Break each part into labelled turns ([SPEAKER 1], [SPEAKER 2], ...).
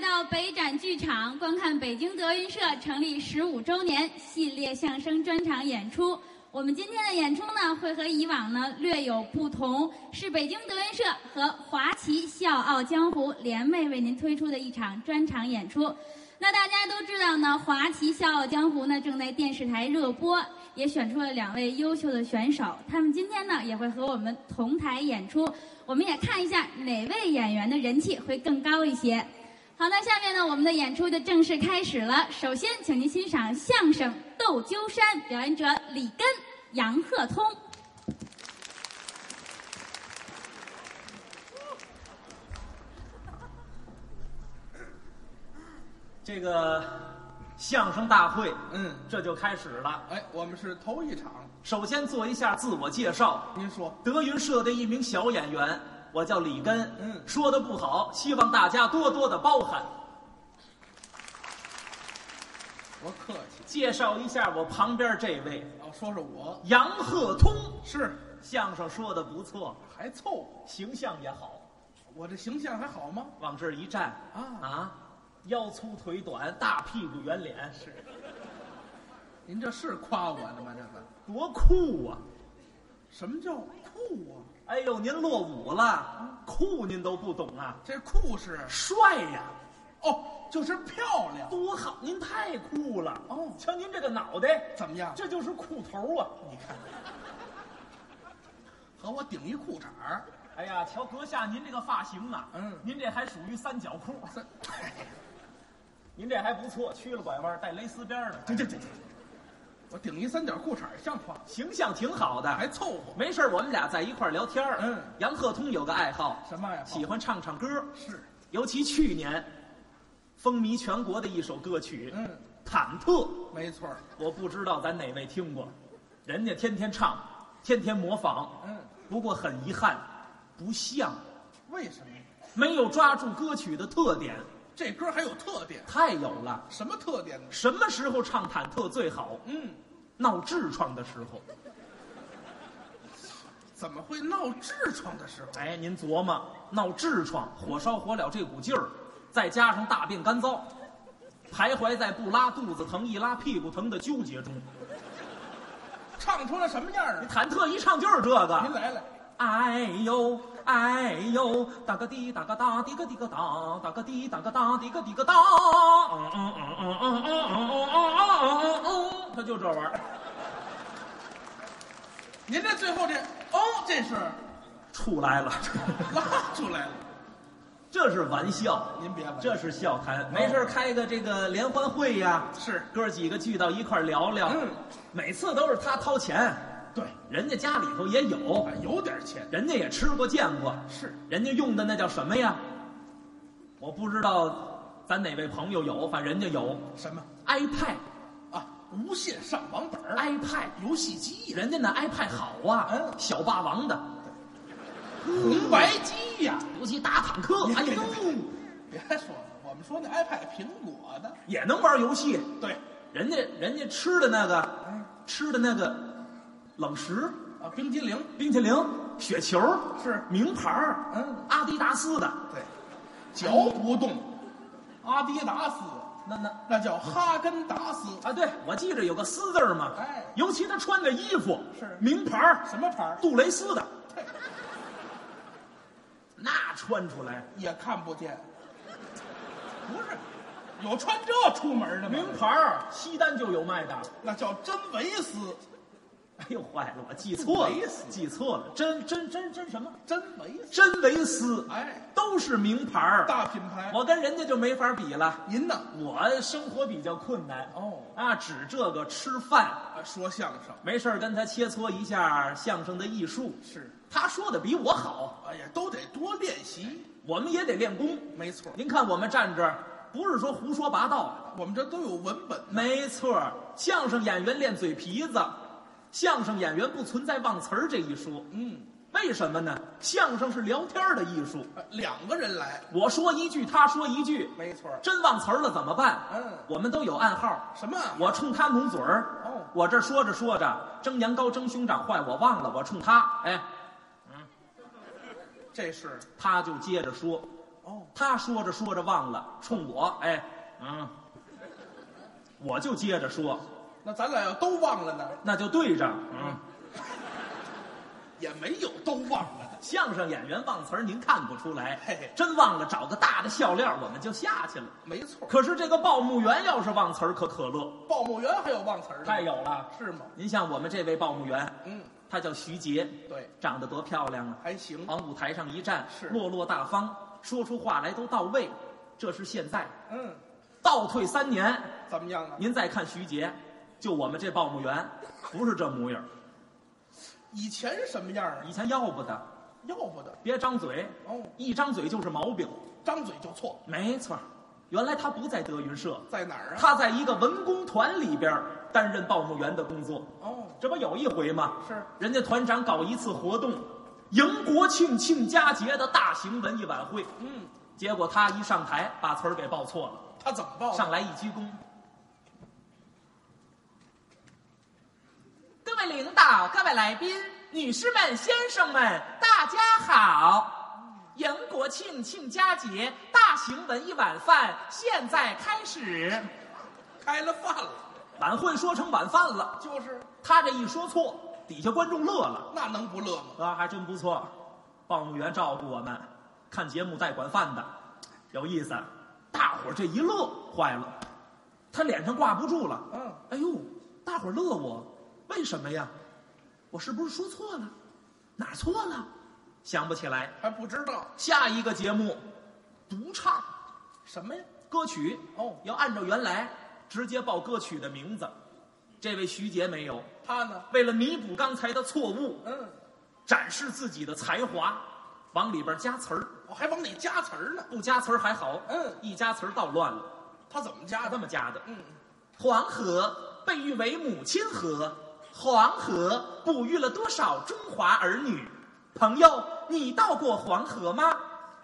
[SPEAKER 1] 到北展剧场观看北京德云社成立十五周年系列相声专场演出。我们今天的演出呢，会和以往呢略有不同，是北京德云社和华旗笑傲江湖联袂为您推出的一场专场演出。那大家都知道呢，华旗笑傲江湖呢正在电视台热播，也选出了两位优秀的选手，他们今天呢也会和我们同台演出。我们也看一下哪位演员的人气会更高一些。好，那下面呢，我们的演出就正式开始了。首先，请您欣赏相声《斗鸠山》，表演者李根、杨鹤通。
[SPEAKER 2] 这个相声大会，呃
[SPEAKER 3] 嗯
[SPEAKER 2] 这就开始了。
[SPEAKER 3] 哎，我们是头一场，
[SPEAKER 2] 首先做一下自我介绍，
[SPEAKER 3] 您说
[SPEAKER 2] 德云社的一名小演员，我叫李根。
[SPEAKER 3] 嗯
[SPEAKER 2] 说的不好，希望大家多多的包涵。
[SPEAKER 3] 多客气
[SPEAKER 2] 介绍一下我旁边这位
[SPEAKER 3] 哦，说说我
[SPEAKER 2] 杨鹤通，
[SPEAKER 3] 是
[SPEAKER 2] 相声说的不错，
[SPEAKER 3] 还凑合，
[SPEAKER 2] 形象也好，
[SPEAKER 3] 我这形象还好吗？
[SPEAKER 2] 往这儿一站
[SPEAKER 3] 啊
[SPEAKER 2] 腰粗腿短，大屁股圆脸，是
[SPEAKER 3] 您这是夸我呢吗？这个
[SPEAKER 2] 多酷啊！
[SPEAKER 3] 什么叫酷啊？
[SPEAKER 2] 哎呦，您落伍了，酷您都不懂啊，
[SPEAKER 3] 这酷是
[SPEAKER 2] 帅呀、
[SPEAKER 3] 哦，就是漂亮，
[SPEAKER 2] 多好！您太酷了
[SPEAKER 3] 哦
[SPEAKER 2] 瞧您这个脑袋，
[SPEAKER 3] 怎么样？
[SPEAKER 2] 这就是裤头啊！
[SPEAKER 3] 你看， 和我顶一裤衩儿，
[SPEAKER 2] 哎呀，瞧阁下您这个发型啊，
[SPEAKER 3] 嗯
[SPEAKER 2] 您这还属于三角裤，
[SPEAKER 3] 这
[SPEAKER 2] 您这还不错，曲了拐弯带蕾丝边儿的，
[SPEAKER 3] 这这这这，我顶一三角裤衩儿像话吗，
[SPEAKER 2] 形象挺好的。
[SPEAKER 3] 还凑合。
[SPEAKER 2] 没事儿，我们俩在一块儿聊天儿
[SPEAKER 3] 嗯
[SPEAKER 2] 杨鹤通有个爱好，
[SPEAKER 3] 什么呀？
[SPEAKER 2] 喜欢唱唱歌，
[SPEAKER 3] 是，
[SPEAKER 2] 尤其去年风靡全国的一首歌曲
[SPEAKER 3] 嗯，
[SPEAKER 2] 《忐忑》，
[SPEAKER 3] 没错儿，
[SPEAKER 2] 我不知道咱哪位听过，人家天天唱，天天模仿，
[SPEAKER 3] 嗯，
[SPEAKER 2] 不过很遗憾，不像，
[SPEAKER 3] 为什么呀？
[SPEAKER 2] 没有抓住歌曲的特点，
[SPEAKER 3] 这歌还有特点，
[SPEAKER 2] 太有了。
[SPEAKER 3] 什么特点呢？
[SPEAKER 2] 什么时候唱忐忑最好？
[SPEAKER 3] 嗯，
[SPEAKER 2] 闹痔疮的时候。
[SPEAKER 3] 怎么会闹痔疮的时候？
[SPEAKER 2] 哎，您琢磨，闹痔疮，火烧火燎这股劲儿，再加上大便干燥，徘徊在不拉肚子疼、一拉屁股疼的纠结中。
[SPEAKER 3] 唱出来什么样儿啊？
[SPEAKER 2] 忐忑一唱就是这
[SPEAKER 3] 您
[SPEAKER 2] 个。
[SPEAKER 3] 来来，
[SPEAKER 2] 哎呦，哎呦，哒个滴，哒个哒，滴个滴个哒，哒个滴，哒个哒，滴个滴个哒。嗯嗯嗯嗯嗯嗯嗯嗯嗯嗯，他就这玩意儿，
[SPEAKER 3] 您这最后这哦，这是
[SPEAKER 2] 出来了。
[SPEAKER 3] 拉出来了。
[SPEAKER 2] 这是玩笑，
[SPEAKER 3] 您别玩
[SPEAKER 2] 这是笑谈。没事儿开个这个联欢会呀、
[SPEAKER 3] 是
[SPEAKER 2] 哥儿几个聚到一块儿聊聊。
[SPEAKER 3] 嗯，
[SPEAKER 2] 每次都是他掏钱，
[SPEAKER 3] 对，
[SPEAKER 2] 人家家里头也有
[SPEAKER 3] 啊，，有点钱
[SPEAKER 2] 人家也吃过见过，
[SPEAKER 3] 是
[SPEAKER 2] 人家用的那叫什么呀？我不知道，咱哪位朋友有，反正人家有
[SPEAKER 3] 什么
[SPEAKER 2] iPad，iPad
[SPEAKER 3] 啊？无线上网本
[SPEAKER 2] 哎
[SPEAKER 3] 儿，游戏机呀，
[SPEAKER 2] 人家那 iPad 好啊，
[SPEAKER 3] 嗯
[SPEAKER 2] 小霸王的，
[SPEAKER 3] 红白机呀。
[SPEAKER 2] 尤其打坦克，哎呦，
[SPEAKER 3] 别说了，我们说那 iPad 苹果的，
[SPEAKER 2] 也能玩游戏。
[SPEAKER 3] 对，
[SPEAKER 2] 人家人家吃的那个，
[SPEAKER 3] 嗯
[SPEAKER 2] 吃的那个冷食、
[SPEAKER 3] 啊，冰激凌
[SPEAKER 2] 冰淇淋、雪球
[SPEAKER 3] 是
[SPEAKER 2] 名牌儿
[SPEAKER 3] 嗯，
[SPEAKER 2] 阿迪达斯的，
[SPEAKER 3] 对，嚼不动，阿迪达斯
[SPEAKER 2] 那那
[SPEAKER 3] 那叫哈根达斯，
[SPEAKER 2] 啊，对我记着有个“斯”字儿嘛，
[SPEAKER 3] 哎
[SPEAKER 2] 尤其他穿的衣服
[SPEAKER 3] 是
[SPEAKER 2] 名牌儿
[SPEAKER 3] 什么牌儿
[SPEAKER 2] 杜蕾斯的，那穿出来
[SPEAKER 3] 也看不见。不是，有穿这出门的吗？
[SPEAKER 2] 名牌儿，西单就有卖的。
[SPEAKER 3] 那叫真维斯，
[SPEAKER 2] 哎呦，坏了，我记错了
[SPEAKER 3] 杜蕾，斯
[SPEAKER 2] 记错了，真真真真什么？
[SPEAKER 3] 真维斯，
[SPEAKER 2] 真维斯，
[SPEAKER 3] 哎，
[SPEAKER 2] 都是名牌儿，
[SPEAKER 3] 大品牌。
[SPEAKER 2] 我跟人家就没法比了。
[SPEAKER 3] 您呢？
[SPEAKER 2] 我生活比较困难
[SPEAKER 3] 哦
[SPEAKER 2] 啊，指这个吃饭，
[SPEAKER 3] 啊说相声
[SPEAKER 2] 没事儿跟他切磋一下相声的艺术。
[SPEAKER 3] 是，
[SPEAKER 2] 他说的比我好，
[SPEAKER 3] 哎呀，都得多练习。
[SPEAKER 2] 我们也得练功。
[SPEAKER 3] 没错，
[SPEAKER 2] 您看我们站这儿，不是说胡说八道，啊
[SPEAKER 3] 我们这都有文本。
[SPEAKER 2] 没错儿，相声演员练嘴皮子，相声演员不存在忘词儿这一说。
[SPEAKER 3] 嗯，
[SPEAKER 2] 为什么呢？相声是聊天儿的艺术，
[SPEAKER 3] 啊两个人来，
[SPEAKER 2] 我说一句，他说一句，
[SPEAKER 3] 没错
[SPEAKER 2] 真忘词儿了怎么办？
[SPEAKER 3] 嗯
[SPEAKER 2] 我们都有暗号。
[SPEAKER 3] 什么？
[SPEAKER 2] 我冲他努嘴儿。
[SPEAKER 3] 哦
[SPEAKER 2] 我这说着说着，蒸羊羔、蒸熊掌坏，我忘了，我冲他，哎，
[SPEAKER 3] 这是
[SPEAKER 2] 他就接着说，
[SPEAKER 3] 哦
[SPEAKER 2] 他说着说着忘了，冲我，哎，嗯，我就接着说，
[SPEAKER 3] 那咱俩要都忘了呢，
[SPEAKER 2] 那就对上，嗯，
[SPEAKER 3] 也没有都忘了的。
[SPEAKER 2] 相声演员忘词儿您看不出来，
[SPEAKER 3] 嘿嘿
[SPEAKER 2] 真忘了找个大的笑料，我们就下去了。
[SPEAKER 3] 没错，
[SPEAKER 2] 可是这个报幕员要是忘词儿，可可乐，
[SPEAKER 3] 报幕员还有忘词儿的，
[SPEAKER 2] 太有了。
[SPEAKER 3] 是吗？
[SPEAKER 2] 您像我们这位报幕员，
[SPEAKER 3] 嗯，
[SPEAKER 2] 她叫徐杰，
[SPEAKER 3] 对，
[SPEAKER 2] 长得多漂亮啊！
[SPEAKER 3] 还行。
[SPEAKER 2] 往舞台上一站，
[SPEAKER 3] 是
[SPEAKER 2] 落落大方，说出话来都到位。这是现在，
[SPEAKER 3] 嗯，
[SPEAKER 2] 倒退三年，
[SPEAKER 3] 怎么样啊？
[SPEAKER 2] 您再看徐杰，就我们这报幕员，不是这模样儿。
[SPEAKER 3] 以前什么样啊？
[SPEAKER 2] 以前要不得，
[SPEAKER 3] 要不得
[SPEAKER 2] 别张嘴，
[SPEAKER 3] 哦，
[SPEAKER 2] 一张嘴就是毛病。
[SPEAKER 3] 张嘴就错，
[SPEAKER 2] 没错儿，原来他不在德云社，
[SPEAKER 3] 在哪儿啊？
[SPEAKER 2] 他在一个文工团里边儿担任报幕员的工作。
[SPEAKER 3] 哦，
[SPEAKER 2] 这不有一回吗？
[SPEAKER 3] 是
[SPEAKER 2] 人家团长搞一次活动，迎国庆庆佳节的大型文艺晚会，
[SPEAKER 3] 嗯，
[SPEAKER 2] 结果他一上台把词儿给报错了，
[SPEAKER 3] 他怎么报的？
[SPEAKER 2] 上来一鞠躬。各位领导、各位来宾、女士们、先生们，大家好！迎国庆庆佳节大型文艺晚饭现在开始。
[SPEAKER 3] 开了饭了，
[SPEAKER 2] 晚会说成晚饭了，
[SPEAKER 3] 就是
[SPEAKER 2] 他这一说错，底下观众乐了。
[SPEAKER 3] 那能不乐吗？
[SPEAKER 2] 啊，还真不错，报幕员照顾我们，看节目带管饭的，有意思。大伙儿这一乐，坏了，他脸上挂不住了。
[SPEAKER 3] 嗯，
[SPEAKER 2] 哎呦，大伙儿乐我，为什么呀？我是不是说错了？哪儿错了？想不起来。
[SPEAKER 3] 还不知道
[SPEAKER 2] 下一个节目，独唱
[SPEAKER 3] 什么呀？
[SPEAKER 2] 歌曲
[SPEAKER 3] 哦
[SPEAKER 2] 要按照原来直接报歌曲的名字。这位徐杰没有，
[SPEAKER 3] 他呢？
[SPEAKER 2] 为了弥补刚才的错误，
[SPEAKER 3] 嗯，
[SPEAKER 2] 展示自己的才华，往里边加词儿，
[SPEAKER 3] 我哦还往里加词儿呢。
[SPEAKER 2] 不加词儿还好，
[SPEAKER 3] 嗯
[SPEAKER 2] 一加词儿倒乱了。
[SPEAKER 3] 他怎么
[SPEAKER 2] 他
[SPEAKER 3] 加
[SPEAKER 2] 这
[SPEAKER 3] 的？
[SPEAKER 2] 么加的：
[SPEAKER 3] 嗯，
[SPEAKER 2] 黄河被誉为母亲河，黄河哺育了多少中华儿女？朋友，你到过黄河吗？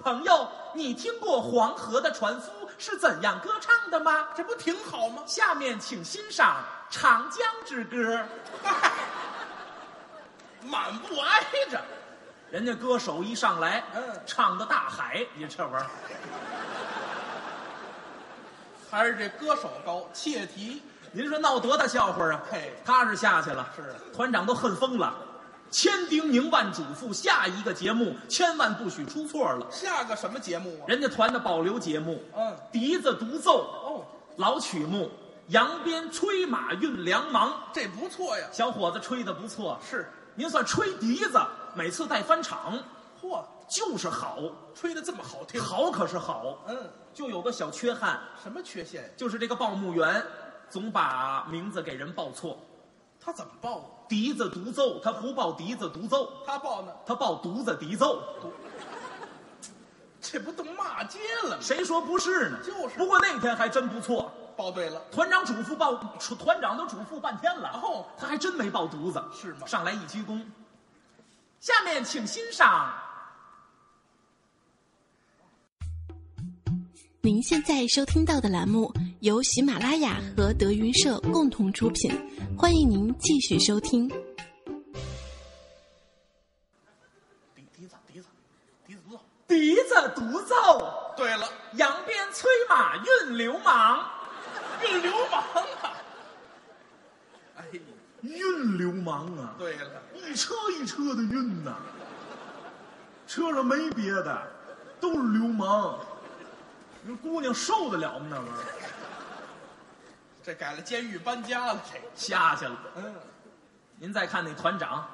[SPEAKER 2] 朋友，你听过黄河的船夫是怎样歌唱的吗？
[SPEAKER 3] 这不挺好吗？
[SPEAKER 2] 下面请欣赏《长江之歌》。
[SPEAKER 3] 满不挨着，
[SPEAKER 2] 人家歌手一上来，
[SPEAKER 3] 嗯
[SPEAKER 2] 唱的大海，你这玩意儿。
[SPEAKER 3] 还是这歌手高，切题
[SPEAKER 2] 您说闹多大笑话啊？
[SPEAKER 3] 嘿
[SPEAKER 2] 他是下去了，
[SPEAKER 3] 是
[SPEAKER 2] 团长都恨疯了，千叮咛万嘱咐，下一个节目千万不许出错了。
[SPEAKER 3] 下个什么节目啊？
[SPEAKER 2] 人家团的保留节目，
[SPEAKER 3] 嗯，
[SPEAKER 2] 笛子独奏，
[SPEAKER 3] 哦，
[SPEAKER 2] 老曲目，扬鞭催马运粮忙，
[SPEAKER 3] 这不错呀。
[SPEAKER 2] 小伙子吹的不错。
[SPEAKER 3] 是，
[SPEAKER 2] 您算吹笛子，每次带翻场，
[SPEAKER 3] 嚯，
[SPEAKER 2] 就是好，
[SPEAKER 3] 吹的这么好听。
[SPEAKER 2] 好可是好，
[SPEAKER 3] 嗯，
[SPEAKER 2] 就有个小缺憾，
[SPEAKER 3] 什么缺陷呀？
[SPEAKER 2] 就是这个报幕员总把名字给人报错。
[SPEAKER 3] 他怎么报啊？
[SPEAKER 2] 笛子独奏，他不报笛子独奏，
[SPEAKER 3] 他报呢？
[SPEAKER 2] 他报犊子笛奏，
[SPEAKER 3] 这不都骂街了吗？
[SPEAKER 2] 谁说不是呢？
[SPEAKER 3] 就是
[SPEAKER 2] 不过那天还真不错，
[SPEAKER 3] 报对了，
[SPEAKER 2] 团长嘱咐报，团长都嘱咐半天了，
[SPEAKER 3] 哦
[SPEAKER 2] 他还真没报犊子，
[SPEAKER 3] 是吗
[SPEAKER 2] 上来一鞠躬，下面请欣赏。
[SPEAKER 4] 您现在收听到的栏目由喜马拉雅和德云社共同出品，欢迎您继续收听。
[SPEAKER 3] 笛笛子笛子笛子不奏。
[SPEAKER 2] 笛子独奏，
[SPEAKER 3] 对了，
[SPEAKER 2] 扬鞭催马运流氓，
[SPEAKER 3] 运流氓啊！哎，
[SPEAKER 2] 运流氓啊，
[SPEAKER 3] 对了，
[SPEAKER 2] 一车一车的运呐、车上没别的，都是流氓。你说姑娘受得了吗？那玩意儿？
[SPEAKER 3] 这改了监狱搬家了，这
[SPEAKER 2] 下去了。
[SPEAKER 3] 嗯，
[SPEAKER 2] 您再看那团长，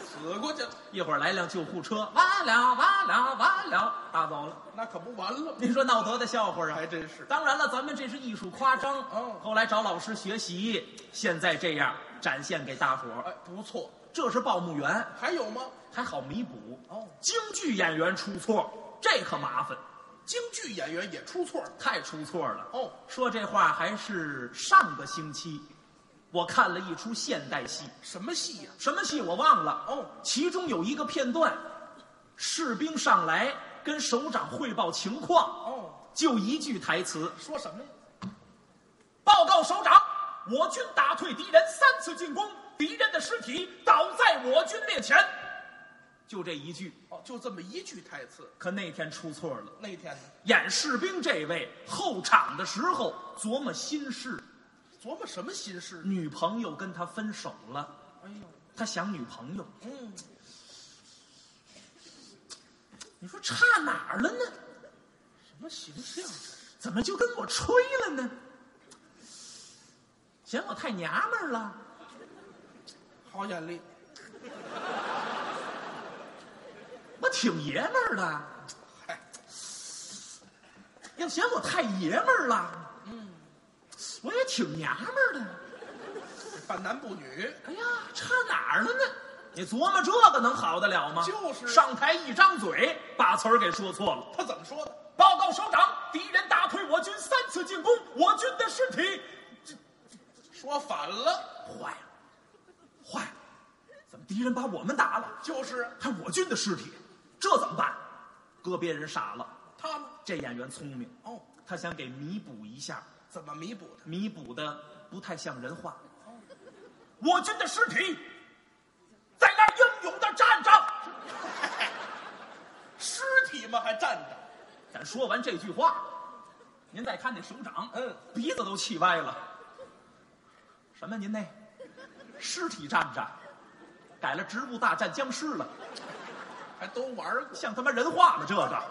[SPEAKER 3] 死过去了，
[SPEAKER 2] 一会儿来辆救护车，完了完了完了，打走了。
[SPEAKER 3] 那可不完了吗？
[SPEAKER 2] 您说闹多大笑话啊？
[SPEAKER 3] 还真是
[SPEAKER 2] 当然了，咱们这是艺术夸张。
[SPEAKER 3] 嗯
[SPEAKER 2] 后来找老师学习，现在这样展现给大伙儿，
[SPEAKER 3] 哎，不错，
[SPEAKER 2] 这是报幕员，
[SPEAKER 3] 还有吗？
[SPEAKER 2] 还好弥补。
[SPEAKER 3] 哦，
[SPEAKER 2] 京剧演员出错，这可麻烦，
[SPEAKER 3] 京剧演员也出错了。
[SPEAKER 2] 太出错了。
[SPEAKER 3] 哦，
[SPEAKER 2] 说这话还是上个星期，我看了一出现代戏，
[SPEAKER 3] 什么戏呀、
[SPEAKER 2] 什么戏我忘了。
[SPEAKER 3] 哦
[SPEAKER 2] 其中有一个片段，士兵上来跟首长汇报情况，
[SPEAKER 3] 哦，
[SPEAKER 2] 就一句台词
[SPEAKER 3] 说什么呀？：“
[SPEAKER 2] 报告首长，我军打退敌人三次进攻，敌人的尸体倒在我军面前。”就这一句。
[SPEAKER 3] 哦，就这么一句台词。
[SPEAKER 2] 可那天出错了，
[SPEAKER 3] 那天呢，
[SPEAKER 2] 演士兵这位后场的时候琢磨心事，
[SPEAKER 3] 琢磨什么心事？
[SPEAKER 2] 女朋友跟他分手了，
[SPEAKER 3] 哎呦，
[SPEAKER 2] 他想女朋友。
[SPEAKER 3] 嗯，
[SPEAKER 2] 你说差哪儿了呢？
[SPEAKER 3] 什么形象？
[SPEAKER 2] 怎么就跟我吹了呢？嫌我太娘们儿了？
[SPEAKER 3] 好眼力，
[SPEAKER 2] 我挺爷们儿的。哎
[SPEAKER 3] 嗨，
[SPEAKER 2] 要嫌我太爷们儿了，嗯，我也挺娘们儿的。
[SPEAKER 3] 半男不女，
[SPEAKER 2] 哎呀，差哪儿了呢？你琢磨这个能好得了吗？
[SPEAKER 3] 就是
[SPEAKER 2] 上台一张嘴，把词儿给说错了。
[SPEAKER 3] 他怎么说的？
[SPEAKER 2] 报告首长，敌人大溃我军三次进攻，我军的尸体
[SPEAKER 3] 说反了，
[SPEAKER 2] 坏了，坏了！怎么敌人把我们打了，
[SPEAKER 3] 就是
[SPEAKER 2] 还我军的尸体？这怎么办？搁别人傻了，
[SPEAKER 3] 他们。
[SPEAKER 2] 这演员聪明，
[SPEAKER 3] 哦，
[SPEAKER 2] 他想给弥补一下，
[SPEAKER 3] 怎么弥补的？
[SPEAKER 2] 弥补的不太像人话。我军的尸体在那儿英勇的站着。
[SPEAKER 3] 尸体嘛还站着，
[SPEAKER 2] 咱说完这句话，您再看那首长，
[SPEAKER 3] 嗯，
[SPEAKER 2] 鼻子都气歪了。什么？您那尸体站着，改了植物大战僵尸了，
[SPEAKER 3] 还都玩过。
[SPEAKER 2] 像他妈人话吗？这个，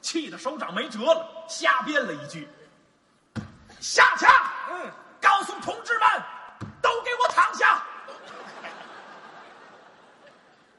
[SPEAKER 2] 气得首长没辙了，瞎编了一句：“下去，啊
[SPEAKER 3] 嗯，
[SPEAKER 2] 告诉同志们，都给我躺下。”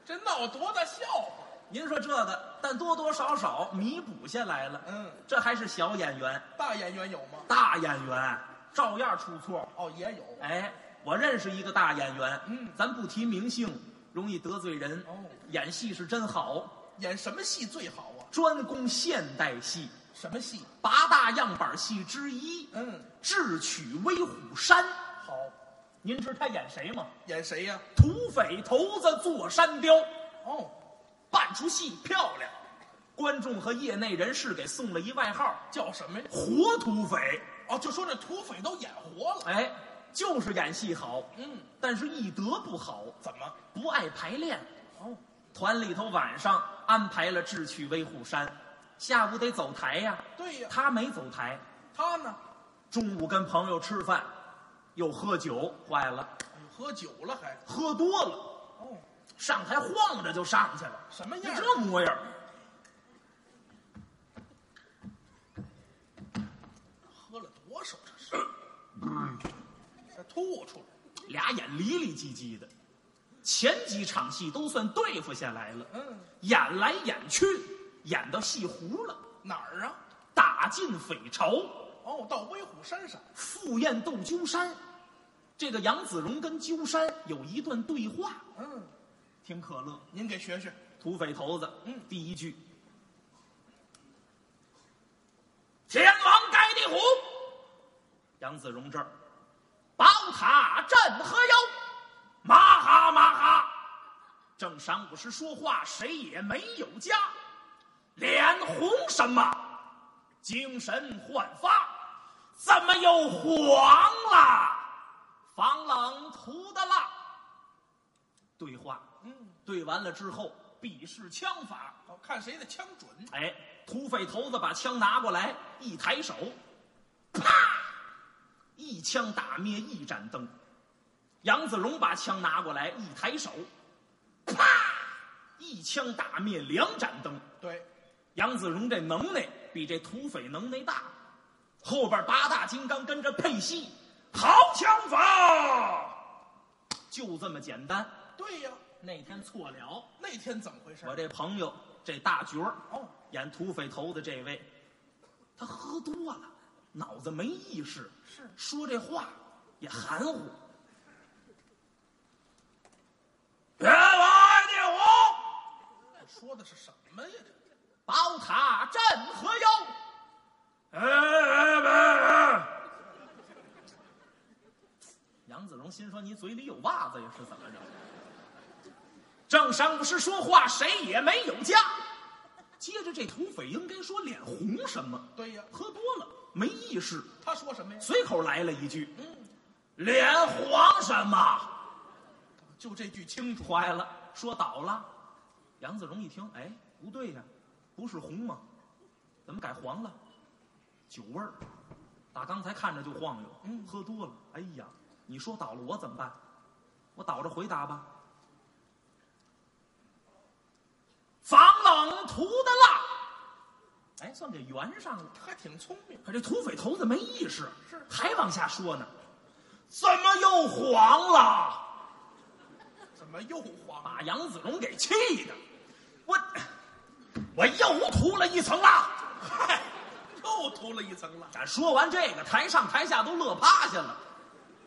[SPEAKER 3] 这闹多大笑话？
[SPEAKER 2] 您说这个，但多多少少弥补下来了。
[SPEAKER 3] 嗯
[SPEAKER 2] 这还是小演员，
[SPEAKER 3] 大演员有吗？
[SPEAKER 2] 大演员照样出错。
[SPEAKER 3] 哦，也有。
[SPEAKER 2] 哎，我认识一个大演员，
[SPEAKER 3] 嗯
[SPEAKER 2] 咱不提名姓，容易得罪人。
[SPEAKER 3] 哦
[SPEAKER 2] 演戏是真好，
[SPEAKER 3] 演什么戏最好啊？
[SPEAKER 2] 专攻现代戏，
[SPEAKER 3] 什么戏？
[SPEAKER 2] 八大样板戏之一。
[SPEAKER 3] 嗯，
[SPEAKER 2] 智取威虎山，
[SPEAKER 3] 好。
[SPEAKER 2] 您知他演谁吗？
[SPEAKER 3] 演谁呀、
[SPEAKER 2] 土匪头子坐山雕，
[SPEAKER 3] 哦，
[SPEAKER 2] 扮出戏漂亮，观众和业内人士给送了一外号
[SPEAKER 3] 叫什么呀
[SPEAKER 2] “？活土匪”。
[SPEAKER 3] 哦，就说这土匪都演活了。
[SPEAKER 2] 哎，就是演戏好，
[SPEAKER 3] 嗯，
[SPEAKER 2] 但是艺德不好，
[SPEAKER 3] 怎么？
[SPEAKER 2] 不爱排练。
[SPEAKER 3] 哦，
[SPEAKER 2] 团里头晚上安排了《智取威虎山》，下午得走台呀、
[SPEAKER 3] 对呀、
[SPEAKER 2] 他没走台，
[SPEAKER 3] 他呢？
[SPEAKER 2] 中午跟朋友吃饭，又喝酒，坏了，
[SPEAKER 3] 哎呦喝酒了还。
[SPEAKER 2] 喝多了，
[SPEAKER 3] 哦，
[SPEAKER 2] 上台晃着就上去了，
[SPEAKER 3] 什么
[SPEAKER 2] 你
[SPEAKER 3] 样？
[SPEAKER 2] 这模样儿，
[SPEAKER 3] 喝了多少？这是。这吐出来。
[SPEAKER 2] 俩眼离离唧唧的。前几场戏都算对付下来了，
[SPEAKER 3] 嗯，
[SPEAKER 2] 演来演去，演到戏糊了，
[SPEAKER 3] 哪儿啊？
[SPEAKER 2] 打进匪巢。
[SPEAKER 3] 哦，到威虎山上。
[SPEAKER 2] 赴宴斗鸠山，这个杨子荣跟鸠山有一段对话，
[SPEAKER 3] 嗯，
[SPEAKER 2] 挺可乐。
[SPEAKER 3] 您给学学。
[SPEAKER 2] 土匪头子，
[SPEAKER 3] 嗯
[SPEAKER 2] 第一句：“天王盖地虎。”杨子荣这儿，宝塔镇河妖，马哈马哈。正晌午时说话，谁也没有家，脸红什么？精神焕发，怎么又黄了？防冷涂的蜡。对话，
[SPEAKER 3] 嗯，
[SPEAKER 2] 对完了之后，比试枪法。
[SPEAKER 3] 哦，看谁的枪准。
[SPEAKER 2] 哎，土匪头子把枪拿过来，一抬手，啪，一枪打灭一盏灯。杨子荣把枪拿过来，一抬手，啪，一枪打灭两盏灯。
[SPEAKER 3] 对，
[SPEAKER 2] 杨子荣这能耐比这土匪能耐大，后边八大金刚跟着配戏，好枪法，就这么简单。
[SPEAKER 3] 对呀、
[SPEAKER 2] 那天错了，
[SPEAKER 3] 那天怎么回事？
[SPEAKER 2] 我这朋友这大角儿
[SPEAKER 3] 哦，
[SPEAKER 2] 演土匪头子这位，他喝多了，脑子没意识，
[SPEAKER 3] 是
[SPEAKER 2] 说这话也含糊。冤枉二地虎，
[SPEAKER 3] 说的是什么呀？
[SPEAKER 2] 宝塔镇河妖。哎哎哎哎！杨子荣心说：“你嘴里有袜子呀，是怎么着？”正晌午时说话，谁也没有家。接着这土匪应该说脸红什么？
[SPEAKER 3] 这对呀、
[SPEAKER 2] 喝多了没意识，
[SPEAKER 3] 他说什么呀？
[SPEAKER 2] 随口来了一句：“嗯脸黄什么
[SPEAKER 3] 就这句清？”楚。
[SPEAKER 2] 坏了，说倒了，杨子荣一听，哎，不对呀、不是红吗？怎么改黄了？酒味儿，打刚才看着就晃悠，
[SPEAKER 3] 嗯
[SPEAKER 2] 喝多了。哎呀，你说倒了我怎么办？我倒着回答吧。防冷涂的蜡，哎，算给圆上了。
[SPEAKER 3] 他挺聪明，
[SPEAKER 2] 可这土匪头子没意识，
[SPEAKER 3] 是
[SPEAKER 2] 还往下说呢，怎么又黄了？
[SPEAKER 3] 怎么又黄了？
[SPEAKER 2] 把杨子荣给气的，我我又涂了一层蜡。
[SPEAKER 3] 嗨，又涂了一层蜡。
[SPEAKER 2] 咱说完这个，台上台下都乐趴下了。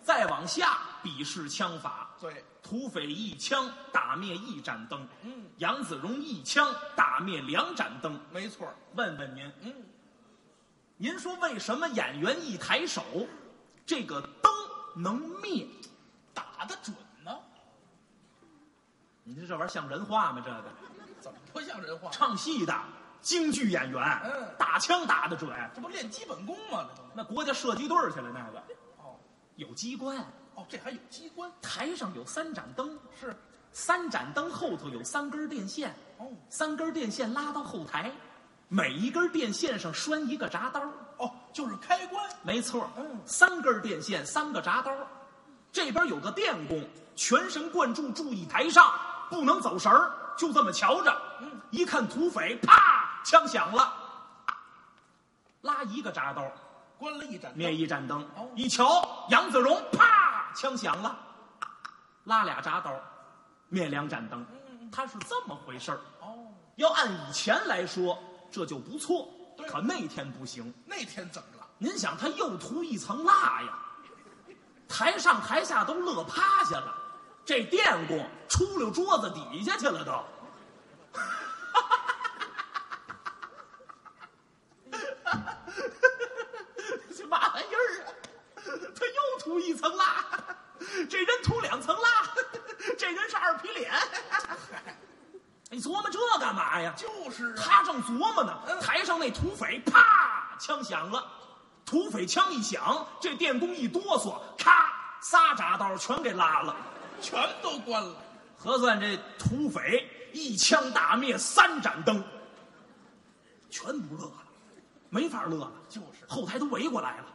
[SPEAKER 2] 再往下比试枪法，
[SPEAKER 3] 对，
[SPEAKER 2] 土匪一枪打灭一盏灯，
[SPEAKER 3] 嗯
[SPEAKER 2] 杨子荣一枪打灭两盏灯。
[SPEAKER 3] 没错儿，
[SPEAKER 2] 问问您，
[SPEAKER 3] 嗯，
[SPEAKER 2] 您说为什么演员一抬手，这个灯能灭？
[SPEAKER 3] 打得准呢，
[SPEAKER 2] 你这这玩意儿像人话吗？这个
[SPEAKER 3] 怎么不像人话？
[SPEAKER 2] 唱戏的京剧演员，
[SPEAKER 3] 嗯
[SPEAKER 2] 打枪打得准，
[SPEAKER 3] 这不练基本功吗？这都
[SPEAKER 2] 那国家射击队儿去了，那个
[SPEAKER 3] 哦
[SPEAKER 2] 有机关，
[SPEAKER 3] 哦，这还有机关
[SPEAKER 2] 台上有三盏灯，
[SPEAKER 3] 是
[SPEAKER 2] 三盏灯后头有三根电线，
[SPEAKER 3] 哦
[SPEAKER 2] 三根电线拉到后台，每一根电线上拴一个铡刀，
[SPEAKER 3] 哦，就是开关
[SPEAKER 2] 没错，
[SPEAKER 3] 嗯
[SPEAKER 2] 三根电线，三个铡刀，这边有个电工，全神贯注注意台上，不能走神儿，就这么瞧着，
[SPEAKER 3] 嗯
[SPEAKER 2] 一看土匪，啪，枪响了，拉一个铡刀，
[SPEAKER 3] 关了一盏
[SPEAKER 2] 灭
[SPEAKER 3] 灯，
[SPEAKER 2] 一盏灯
[SPEAKER 3] 哦，
[SPEAKER 2] 一瞧杨子荣，啪，枪响了，拉俩铡刀，灭两盏灯，
[SPEAKER 3] 嗯
[SPEAKER 2] 他是这么回事儿。
[SPEAKER 3] 哦，
[SPEAKER 2] 要按以前来说，这就不错，
[SPEAKER 3] 对
[SPEAKER 2] 可那天不行。
[SPEAKER 3] 那天怎么了？
[SPEAKER 2] 您想，他又涂一层蜡呀，台上台下都乐趴下了，这电工出溜桌子底下去了都。 这嘛玩意儿啊！他又涂一层蜡，这人涂两层蜡，这人是二皮脸。 你琢磨这干嘛呀？
[SPEAKER 3] 就是啊，
[SPEAKER 2] 他正琢磨呢，台上那土匪啪枪响了，土匪枪一响，这电工一哆嗦，咔仨铡刀全给拉了。
[SPEAKER 3] 全都关了，
[SPEAKER 2] 核算这土匪一枪打灭三盏灯，全不乐了，没法乐了，
[SPEAKER 3] 就是
[SPEAKER 2] 后台都围过来了。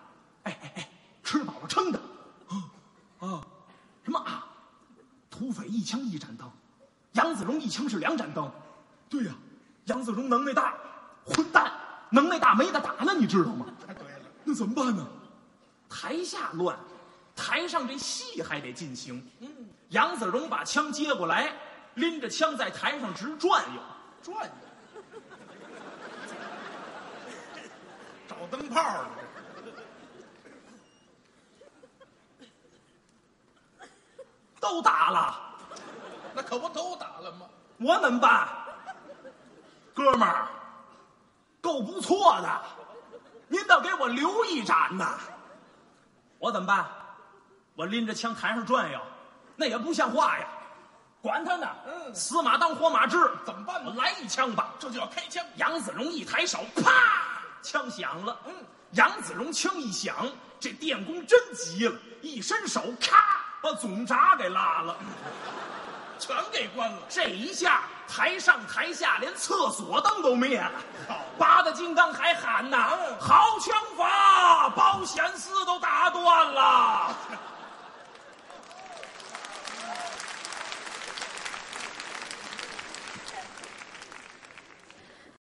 [SPEAKER 2] 哎哎哎，吃饱了撑的，啊啊，什么啊？土匪一枪一盏灯，杨子荣一枪是两盏灯。对呀、杨子荣能耐大，混蛋，能耐大没得打了，你知道吗？
[SPEAKER 3] 太啊对了，
[SPEAKER 2] 那怎么办呢？台下乱，台上这戏还得进行。
[SPEAKER 3] 嗯，
[SPEAKER 2] 杨子荣把枪接过来，拎着枪在台上直转悠，
[SPEAKER 3] 转悠，
[SPEAKER 2] 哦
[SPEAKER 3] 找灯泡儿呢，这
[SPEAKER 2] 都打了，
[SPEAKER 3] 是那可不都打了吗？
[SPEAKER 2] 我怎么办？哥们儿，够不错的，您倒给我留一盏呐。我怎么办？我拎着枪台上转悠，那也不像话呀！管他呢，
[SPEAKER 3] 嗯
[SPEAKER 2] 死马当活马治，
[SPEAKER 3] 怎么办呢
[SPEAKER 2] 我来一枪吧。
[SPEAKER 3] 这就要开枪，
[SPEAKER 2] 杨子荣一抬手，啪，枪响了。
[SPEAKER 3] 嗯
[SPEAKER 2] 杨子荣枪一响，这电工真急了，一伸手，咔，把总闸给拉了。
[SPEAKER 3] 全给关了，
[SPEAKER 2] 这一下，台上台下连厕所灯都灭了
[SPEAKER 3] 好。
[SPEAKER 2] 八大金刚还喊呐
[SPEAKER 3] 嗯：“
[SPEAKER 2] 好枪法，保险丝都打断了。